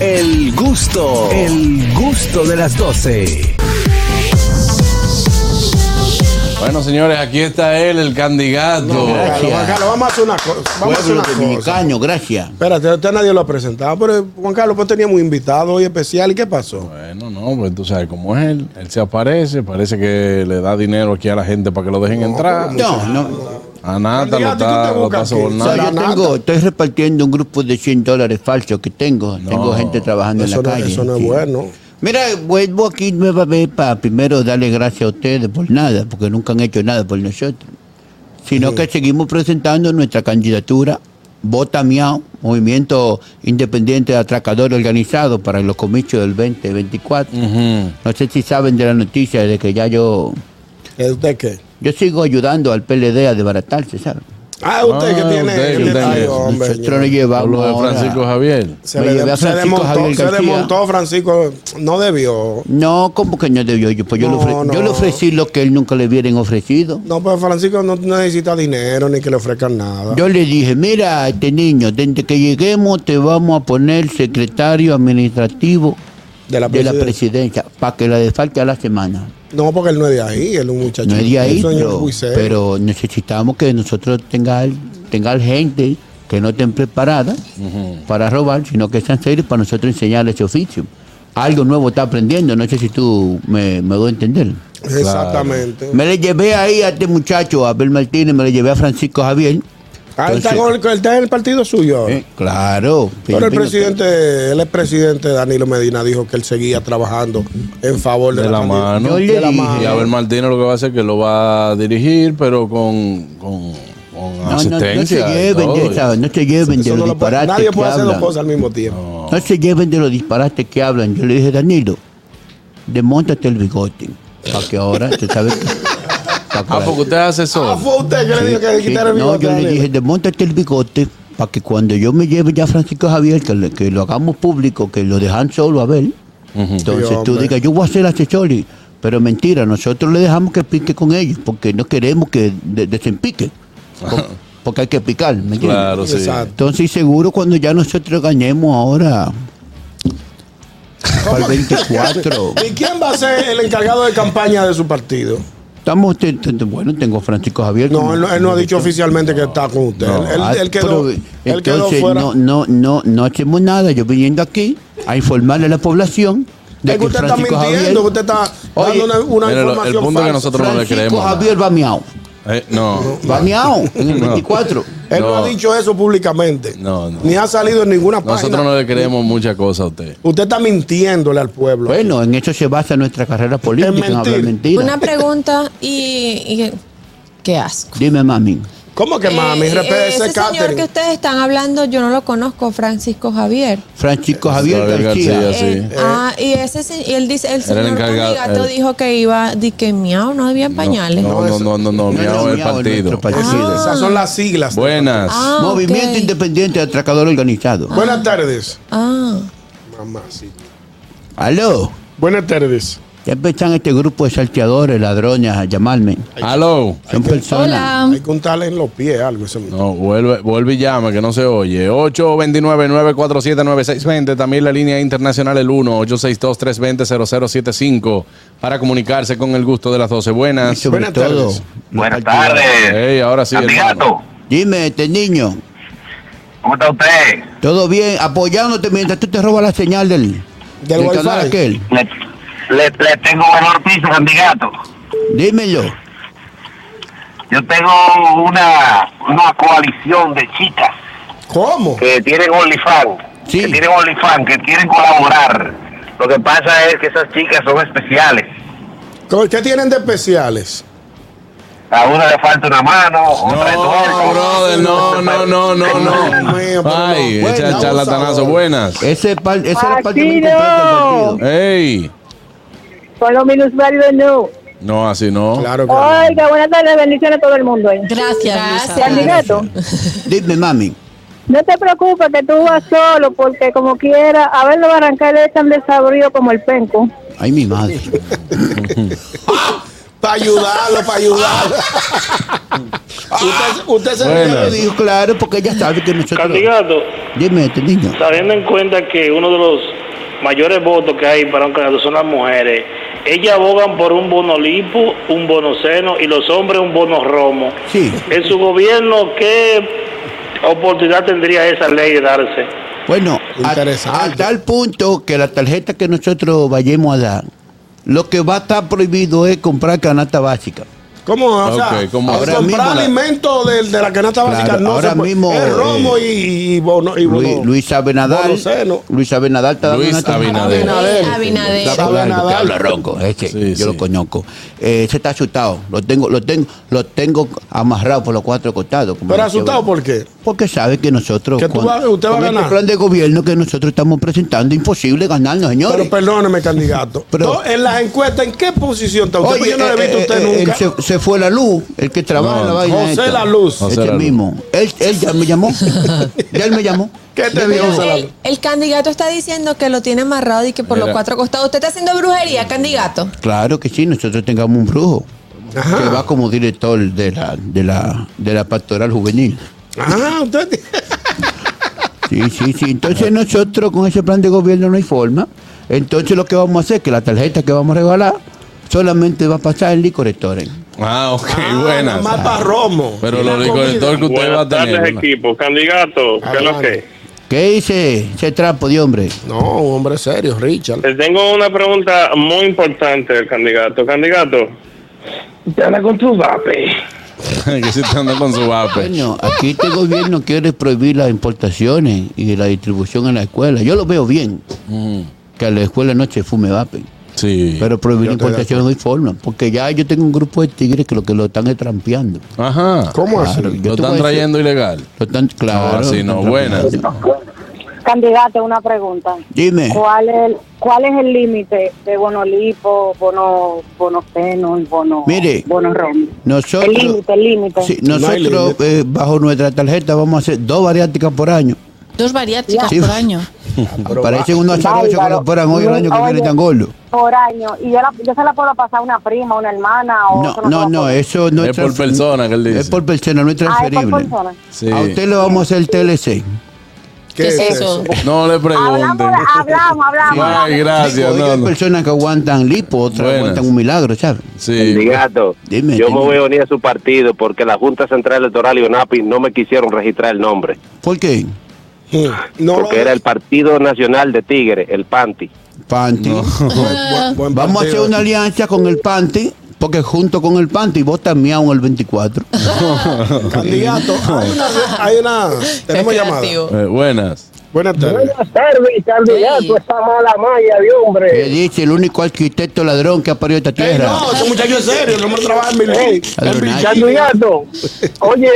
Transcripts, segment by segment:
El gusto, el gusto de las 12. Bueno, señores, aquí está él, el candidato. Carlos, Juan Carlos, vamos a hacer una cosa. Vamos a hacer Pueblo una cosa. dominicano, gracias. Espérate, a usted nadie lo ha presentado, pero Juan Carlos, pues teníamos un invitado hoy especial. ¿Y qué pasó? Bueno, no, pues tú sabes cómo es él. Él se aparece, parece que le da dinero aquí a la gente para que lo dejen entrar. No, no. A Nata lo Candidato, ¿y tú está, te lo buscas está aquí? O sea, sobornando. Soy yo nada. tengo, estoy repartiendo un grupo de 100 dólares falsos que tengo. tengo gente trabajando Eso en la no, calle. eso no es sí. bueno. Mira, vuelvo aquí nueva vez para primero darle gracias a ustedes por nada, porque nunca han hecho nada por nosotros. Sino que seguimos presentando nuestra candidatura, Vota Miau, Movimiento Independiente de Atracador Organizado para los comicios del 2024. Ujú. No sé si saben de la noticia de que ya yo ¿Es usted qué? yo sigo ayudando al PLD a desbaratarse, ¿sabes? Ah, usted que Ah, tiene. usted, tiene- usted. Ay, hombre, Nosotros no señor. llevamos Hablo de ahora- Francisco Javier. se, Me le- llevé a se Francisco desmontó, Javier se García. desmontó Francisco. No debió. No, ¿cómo que no debió? Yo, pues yo, le No, ofre- yo no. le ofrecí lo que él nunca le hubieran ofrecido. No, pues Francisco no necesita dinero ni que le ofrezcan nada. Yo le dije, mira, este niño, desde que lleguemos te vamos a poner secretario administrativo de la de la presidencia. presidencia para que la desfalte a la semana. no, porque él no es de ahí, él es un muchacho. No es de ahí, un señor pero, juicero. pero necesitamos que nosotros tenga, tenga gente que no estén preparadas para robar, sino que sean serios para nosotros enseñarles ese oficio. Algo nuevo está aprendiendo, no sé si tú me, me doy a entender. Exactamente. Me le llevé ahí a este muchacho, a Abel Martínez, me le llevé a Francisco Javier. Ah, él está, Entonces- con el, él está en el partido suyo. ahora. Eh, claro. Pero el Filipino- presidente, el expresidente Danilo Medina dijo que él seguía trabajando en favor de, De la candid- mano. Yo le de la dije- mano. Y Abel Martínez lo que va a hacer es que lo va a dirigir, pero con, con, con No, no, no, se asistencia. y lleven todo. de esa- no se lleven Eso de no los lo puede- disparates nadie puede que hacer dos hablan. cosas al mismo tiempo. No se lleven de los disparates que hablan. Yo le dije, Danilo, desmontate el bigote. Para que ahora, tú sabes que- pa' que Ah, ahora- porque usted es asesor. Ah, fue usted que le dijo que le Sí, quitara el no, bigote. yo le Danilo. dije, desmontate el bigote para que cuando yo me lleve ya a Francisco Javier, que, le- que lo hagamos público, que lo dejan solo a ver. Entonces Sí, tú hombre. digas, yo voy a ser asesor. y- Pero mentira, nosotros le dejamos que pique con ellos porque no queremos que de- desempique. po- Porque hay que picar, ¿me entiendes? Claro, sí. Exacto. Entonces seguro cuando ya nosotros ganemos ahora para el 24. ¿Y quién va a ser el encargado de campaña de su partido? Estamos, te- te- te- bueno, tengo a Francisco Javier. No, como- él, no- él no ha dicho oficialmente que está con usted. él, él- Ah, él quedó, pero, él quedó entonces, fuera. No, no, no, no hacemos nada. Yo viniendo aquí a informarle a la población de Es que usted está Francisco mintiendo, Javier, que usted está Oye, dando una, una mira, lo- el información punto es que falsa. nosotros- no le Francisco creemos nada. Javier va miau. Eh, no. Va miau en el 24. Él no. No. ha dicho eso públicamente. No, no. Ni ha salido en ninguna página. Nosotros no le creemos muchas cosas a usted. Usted está mintiéndole al pueblo. Bueno, en eso se basa nuestra carrera política, en, mentir. hablar mentiras. Una pregunta y, y- qué asco. Dime, mami. ¿Cómo que mami? Eh, Respete eh, ese ese señor catering. que ustedes están hablando, yo no lo conozco, Francisco Javier. Francisco Javier, Javier García. García, sí. Eh, ah, y ese se- y él dice, el Era el señor encargado, Gato el- dijo que iba, di que miau, no debían pañales. No, no, no, no, no, No, miau no, el miau, partido. nuestro partido. Ah. Esas son las siglas. Buenas. Ah, Movimiento ok. Independiente de Atracador Organizado. Buenas tardes. Ah, Mamacita. Aló. Buenas tardes. Ya empiezan este grupo de salteadores, ladrones a llamarme. Aló. Son personas. hola. Hay que untarle en los pies algo ese muchacho. No, vuelve, vuelve y llama, que no se oye. 829-947-9620. También la línea internacional, el 1-862-320-0075. Para comunicarse con el gusto de las 12. Y Buenas. sobre Buenas todo. tardes. los Buenas partidarios. tardes. Ey, ahora sí, Candidato, hermano. Dime, este niño, ¿cómo está usted? todo bien, apoyándote mientras tú te robas la señal del, Del wifi. canal aquel. Le, le- le tengo una noticia, candidato. Dímelo. Yo tengo una, una coalición de chicas ¿Cómo? que tienen OnlyFans, Sí. que tienen OnlyFans, que quieren colaborar. Lo que pasa es que esas chicas son especiales. ¿Qué- ¿Qué tienen de especiales? A una le falta una mano, otra es No, otra. brother, no, no, no, no, no. Ay, echa charlatanazo. Buenas. Ese, par- ese era parte muy Partido. completa del partido. Ey. Con los minusválidos no. No, así no. Claro que no. Oiga, buenas tardes, bendiciones a todo el mundo. ¿eh? ahí. Gracias, Luisa. Candidato, Dime, mami. no te preocupes que tú vas solo, porque como quiera, a este ver, los barrancales están desabridos como el penco. Ay, mi madre. Para ayudarlo, para ayudarlo. usted, usted se Buenas. entiende, dijo. Digo, claro, porque ella sabe que nosotros. Candidato, Dime, este niño. teniendo en cuenta que uno de los mayores votos que hay para un candidato son las mujeres, ellas abogan por un bono lipo, un bono seno y los hombres un bono romo. Sí. En su gobierno, ¿qué oportunidad tendría esa ley de darse? Bueno, a, Interesante. a tal punto que la tarjeta que nosotros vayamos a dar, lo que va a estar prohibido es comprar canasta básica. ¿Cómo? O sea, Ok, ¿cómo? Ahora Ahora comprar mismo la- alimentos de, de la canasta básica Claro, no ahora se puede. mismo, Es romo eh, y, y bono. Y Luis, bono- Luis Abinadal. bono seno. Luis Abinadal está dando Luis una tarjeta. Abinader. Abinader. Abinader. Está por algo que habla ronco, ese, Sí, yo sí. lo conozco. Eh, ese está asustado. Lo tengo, lo tengo, lo tengo amarrado por los cuatro costados. como Pero decía asustado, ¿por Blanco. qué? Porque sabe que nosotros. Que tú con- vas- usted va a con este ganar. plan de gobierno que nosotros estamos presentando, imposible ganarnos, señores. Pero perdóneme, candidato. Pero- No, en las encuestas, ¿en qué posición está usted? Porque yo no le he visto a eh, usted eh, nunca. él se, se fue la luz, el que trabaja No, en la vaina. José esta. La Luz. José Ese La Luz. mismo. Él, él ya me llamó. ya él me llamó. ¿Qué te Ya me dijo llamó. José La Luz? El, el candidato está diciendo que lo tiene amarrado y que por Mira. los cuatro costados. Usted está haciendo brujería, candidato. Claro que sí, nosotros tengamos un brujo Ajá. que va como director de la, de la, de la pastoral juvenil. Ah, usted. tiene- Sí, sí, sí. Entonces nosotros con ese plan de gobierno no hay forma. Entonces lo que vamos a hacer es que la tarjeta que vamos a regalar solamente va a pasar en Lico Restaurant. Ah, ok, Ah, buenas. Más para romo. Pero Y lo la rico de comida. todo es que usted va a Buenas tener. tardes, ¿no? equipo. Candidato, ¿qué es lo Adelante. que? ¿Qué dice ese trapo de hombre? No, un hombre serio, Richard. Les tengo una pregunta muy importante del candidato. Candidato, Ya la con tu vape. que si te anda con su vape. Bueno, aquí este gobierno quiere prohibir las importaciones y la distribución en la escuela. Yo lo veo bien, Mm, que a la escuela no se fume vape. Sí. Pero prohibir Yo la estoy de importación no hay forma, porque ya yo tengo un grupo de tigres que lo que lo están es trampeando. Ajá. ¿Cómo así? Claro, yo Lo te voy están a decir- trayendo ilegal. Lo están, claro. así lo no, están buenas. trampeando. Candidato, una pregunta. Dime. ¿Cuál es el, cuál es el límite de bonolipo, bono, bono seno y bono, Mire. bono romo? Nosotros, El límite, el límite. Sí, No hay nosotros límite. eh, bajo nuestra tarjeta vamos a hacer dos variáticas por año. Dos variáticas Sí. por año. Parecen unos azarosos que Bárbaro. lo operan hoy el año que Oye, viene tan gordo. Por año. Y yo, la- yo se la puedo pasar a una prima, a una hermana o No, eso no, se la no, puedo- eso no Es por trans- persona que él dice. Es por persona, no es Ah, es por transferible. persona. Sí. A usted le vamos a hacer el TLC. ¿Qué es eso? No le Hablamos, pregunten. hablamos, hablamos. Ay, hablamos. gracias. Digo, No, hay no. personas que aguantan lipo, otras Buenas. aguantan un milagro, ¿sabes? Sí. Candidato, Dime, yo dime. me voy a unir a su partido porque la Junta Central Electoral y UNAPI no me quisieron registrar el nombre. ¿Por qué? No lo porque era el Partido Nacional de Tigre, el PANTI. Panty. Ah. Buen- buen Vamos a hacer partido. una alianza con el Panty, porque junto con el Panty votan miau el 24. Candidato, hay una. Hay una tenemos Qué llamada. creativo. Eh, buenas. Buenas tardes. tardes, candidato, esa mala malla de Que hombre. dice el único arquitecto ladrón que ha parido esta Ey, tierra. no, ese muchacho es serio, el hombre trabaja en Ey, Milín. Adonai. Candidato, oye,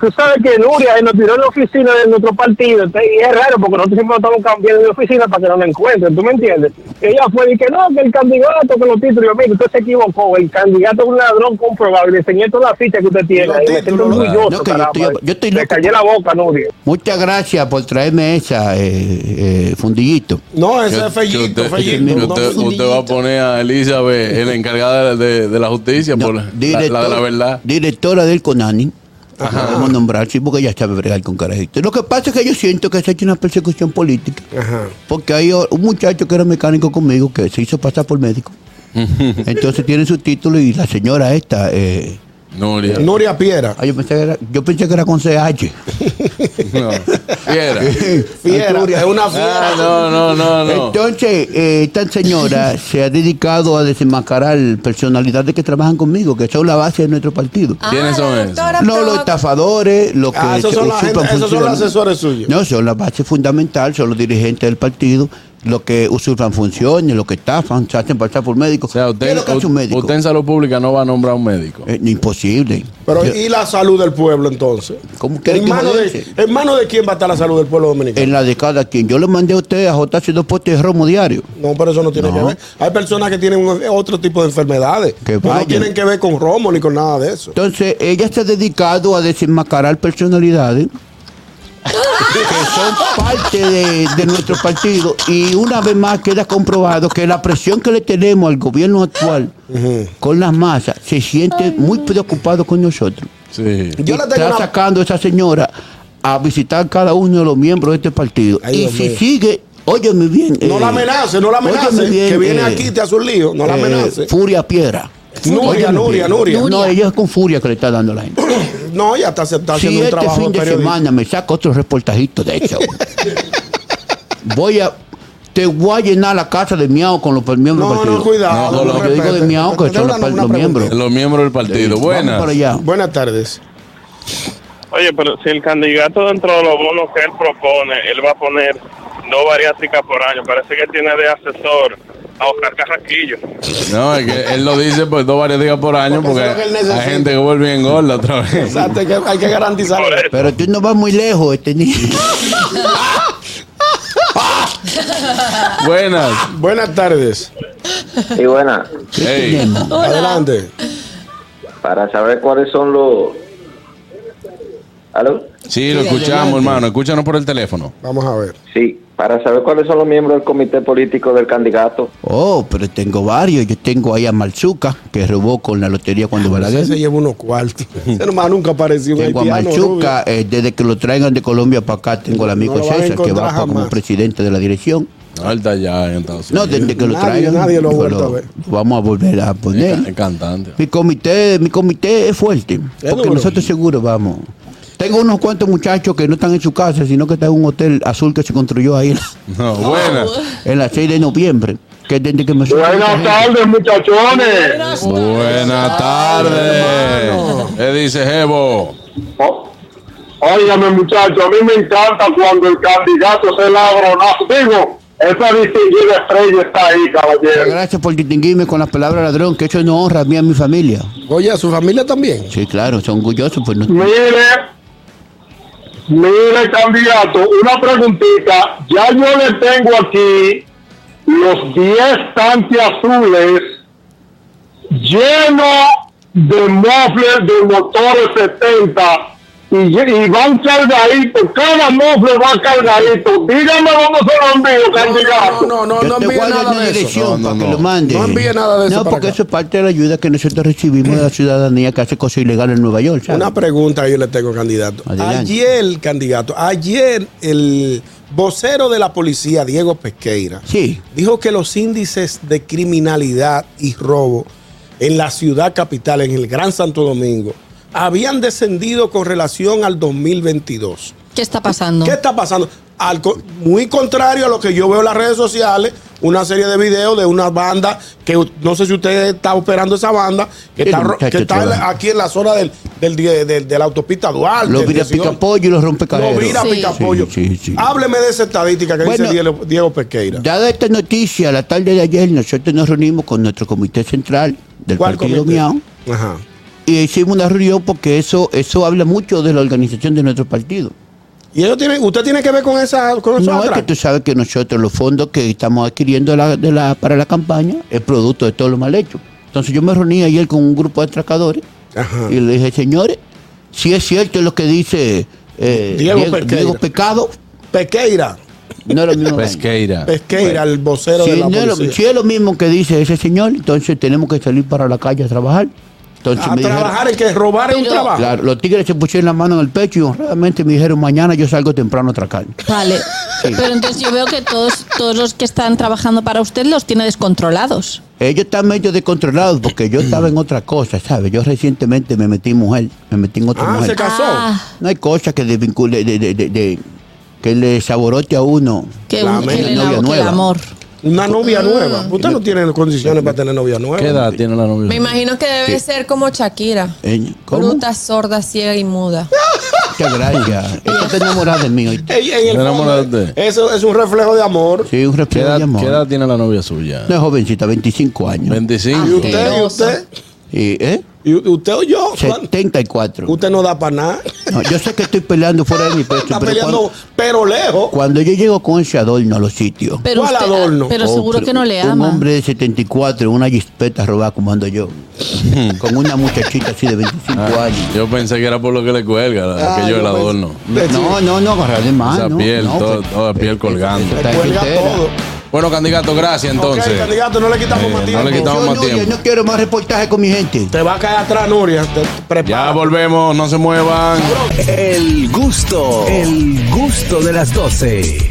tú sabes que Nuria eh, nos tiró en la oficina de nuestro partido, te- y es raro porque nosotros siempre nos estamos cambiando de oficina para que no la encuentren, ¿tú me entiendes? Ella fue y que no, que el candidato que los títulos, yo, mire, usted se equivocó, el candidato es un ladrón comprobado, y le enseñé toda la ficha que usted tiene, Los y me siento títulos, orgulloso, no, que yo caramba. estoy- yo estoy Le loco. callé la boca, Nuria. Muchas gracias por traerme esa, eh, eh, fundillito. No, ese Que- es Fellito, que usted, Fellito. que no, usted- usted va a poner a Elizabeth, la encargada de, de- de la justicia, por la, la- la de la verdad. Directora del CONANI. Vamos a nombrar, sí, porque ella sabe bregar con carajito. Lo que pasa es que yo siento que se ha hecho una persecución política. Ajá. Porque hay o- un muchacho que era mecánico conmigo que se hizo pasar por médico. Entonces tiene su título y la señora esta. Eh, Nuria. Nuria Piera. ah, yo, pensé que era, yo pensé que era con CH. No. Fiera. Fiera, es una fiera. Ah, no, no, no, no. Entonces, eh, esta señora se ha dedicado a desenmascarar personalidades que trabajan conmigo, que son la base de nuestro partido. ¿Quiénes son Ah, la esos? doctora No Proc- los estafadores, los que Ah, esos son, la gente- usurpan esos son los funciones. asesores suyos. No, son la base fundamental, son los dirigentes del partido, los que usurpan funciones, los que estafan, se hacen pasar por médicos. O sea, ¿Qué es usted, lo que hace un médico? usted en salud pública no va a nombrar un médico. Eh, imposible. Pero, Yo- ¿y la salud del pueblo entonces? ¿Cómo que ¿En dijo manos de, ese? en manos de quién va a estar la salud del pueblo dominicano? en la de cada quien. Yo le mandé a usted a JC dos postes de romo diario. No, pero eso no tiene que ver. Hay personas que tienen un- otro tipo de enfermedades. Que Que no vayan. tienen que ver con romo ni con nada de eso. Entonces, ella se ha dedicado a desenmascarar personalidades que son parte de, de nuestro partido y una vez más queda comprobado que la presión que le tenemos al gobierno actual con las masas se siente muy preocupado con nosotros. Sí. Yo Y le tengo está una- sacando esa señora a visitar cada uno de los miembros de este partido. Ay, y Dios si mío. sigue, óyeme bien. No eh, la amenace, no la óyeme amenace. bien, que viene eh, aquí y te hace un lío. No la eh, amenace. Furia Piedra. Nuria, Óyeme Nuria, bien. Nuria. No, ella es con furia que le está dando la gente. No, ya está, se- está Si haciendo un este trabajo fin de periodista. semana me saco otro reportajito de hecho, voy a. Te voy a llenar la casa de miau con los No, miembros del partido. no, cuidado. No, no, Yo no, digo de respete. miau que Te voy a son los, dar una los miembros. Los miembros del partido. Vamos Buenas. para allá. Buenas tardes. Oye, pero si el candidato dentro de los bonos que él propone, él va a poner dos bariátricas por año. Parece que tiene de asesor a Oscar Carraquillo. No, es que él lo dice por dos varias días por año Porque porque, eso es lo que él necesita. hay gente que vuelve en gorda otra vez. Exacto, hay que, hay que garantizar. Por eso. Pero tú no vas muy lejos, este niño. Buenas. Buenas tardes. Y bueno, ¿Qué Ey. tenemos? Adelante. para saber cuáles son los... ¿Aló? Sí, lo escuchamos, hermano. Escúchanos por el teléfono. Vamos a ver. Sí, para saber cuáles son los miembros del comité político del candidato. Oh, pero tengo varios. Yo tengo ahí a Malzuca, que robó con la lotería cuando Ese se Balaguer. lleva unos cuartos. Ese nomás nunca apareció un Tengo a haitiano. Malzuca, eh, desde que lo traigan de Colombia para acá, tengo al amigo No lo van a César, que va encontrar pa- como jamás. presidente de la dirección. Alta ya en Estados No, Unidos. desde que lo Nadie- traigan. nadie lo ha lo- vuelto a ver. lo Vamos a volver a Es poner. ca- es cantante. Mi comité, mi comité es fuerte, porque duro. nosotros seguro vamos. Tengo unos cuantos muchachos que no están en su casa, sino que están en un hotel azul que se construyó ahí en la- No, buenas. en la 6 de noviembre. Que desde que me suena mucha gente. muchachones. Buenas Buenas tardes. ¿Qué dice Jebo? ¿Oh? Óigame, muchachos, a mí me encanta cuando el candidato se ladronazo. Digo, esa distinguida estrella está ahí, caballero. Gracias por distinguirme con la palabra ladrón, que eso no honra a mí y a mi familia. Oye, a su familia también. Sí, claro, son orgullosos, pues no. Mire, mire, candidato, una preguntita. Ya yo le tengo aquí los 10 tanques azules llenos de mofles de motores 70 y, lle- y van cargaditos. Cada mofle va cargadito. Dígame dónde se lo envío, candidato. No, no, no, Yo no te envíe guardo nada una de eso. dirección No, para no, que no. lo mande. No envíe nada de eso No, para porque acá. Mm. eso es parte de la ayuda que nosotros recibimos de la ciudadanía que hace cosas ilegales en Nueva York. ¿sabes? Una pregunta yo le tengo, candidato. Adelante. Ayer, candidato, ayer el vocero de la policía, Diego Pesqueira, Sí. dijo que los índices de criminalidad y robo en la ciudad capital, en el Gran Santo Domingo, habían descendido con relación al 2022. ¿Qué está pasando? ¿Qué está pasando? Al co- muy contrario a lo que yo veo en las redes sociales, una serie de videos de una banda que u- no sé si usted está operando esa banda, que Sí, está, los ro- que muchachos está en la- trabajan. aquí en la zona del, del, die- del- de la autopista Duarte. Los del vira 18. picapollo y los rompecaderos. Los vira Sí. picapollo. Sí, sí, sí. Hábleme de esa estadística que Bueno, dice Diego, Diego Pesqueira. Dada esta noticia, la tarde de ayer nosotros nos reunimos con nuestro comité central del ¿Cuál partido comité? Miau Ajá. y hicimos una reunión porque eso eso habla mucho de la organización de nuestro partido. Y ellos tienen, usted tiene que ver con esa con esos No es que atracos? tú sabes que nosotros los fondos que estamos adquiriendo de la- de la- para la campaña es producto de todo lo mal hecho. Entonces yo me reuní ayer con un grupo de atracadores Ajá. y le dije, señores, si es cierto lo que dice eh, Diego Diego, Pesqueira. Diego Pecado, Pesqueira, no es lo mismo. Pues Pesqueira. Pesqueira, el vocero Si, de la no es lo- policía. si es lo mismo que dice ese señor, entonces tenemos que salir para la calle a trabajar. Entonces a me dijeron- trabajar es que robar es un Pero- trabajo. Claro, los tigres se pusieron la mano en el pecho y honradamente me dijeron, mañana yo salgo temprano a atracar. Vale. Sí. Pero entonces yo veo que todos, todos los que están trabajando para usted los tiene descontrolados. Ellos están medio descontrolados porque yo estaba en otra cosa, ¿sabes? Yo recientemente me metí mujer, me metí en otra Ah, mujer. se casó. Ah, No hay cosa que desvincule, de, de- de- de- que le saborote a uno. que, La un- que amén. el, Novia que el nueva. amor. Una novia nueva. Usted no tiene condiciones para tener novia nueva. ¿Qué edad tiene la novia? Me imagino que debe ser como Shakira. Eh, ¿Cómo? Bruta, sorda, ciega y muda. Muchas gracias. Ella está enamorada de mí hoy. Ey, en el Me fondo, enamoré eso es un reflejo de amor. Sí, un ¿Qué respeto edad, de amor. ¿eh? qué edad tiene la novia suya? No es jovencita, 25 años. 25. Y usted, y usted, Y, ¿eh? ¿Y u- usted o yo? Juan? 74. Usted no da para nada. No, yo sé que estoy peleando fuera de mi pecho, Está pero peleando, cuando, pero lejos. cuando yo llego con ese adorno a los sitios. Pero ¿Cuál usted- adorno? pero Oh, seguro pero que no le Un ama. hombre de 74, una jispeta robada como ando yo. con una muchachita así de 25 años. Ah, Yo pensé que era por lo que le cuelga, la- Ah, aquello yo el pensé- adorno. No, no, no, agarrar de Esa mano. no, piel, no, todo- pues, eh, toda piel colgando. está Cuelga entera. todo. Bueno, candidato, gracias entonces. Ok, candidato, no le quitamos Eh, más no tiempo. le Yo quitamos más no, yo tiempo. no quiero más reportaje con mi gente. Te va a caer atrás, Nuria. Te- Ya prepárate. volvemos, no se muevan. El gusto, el gusto de las 12.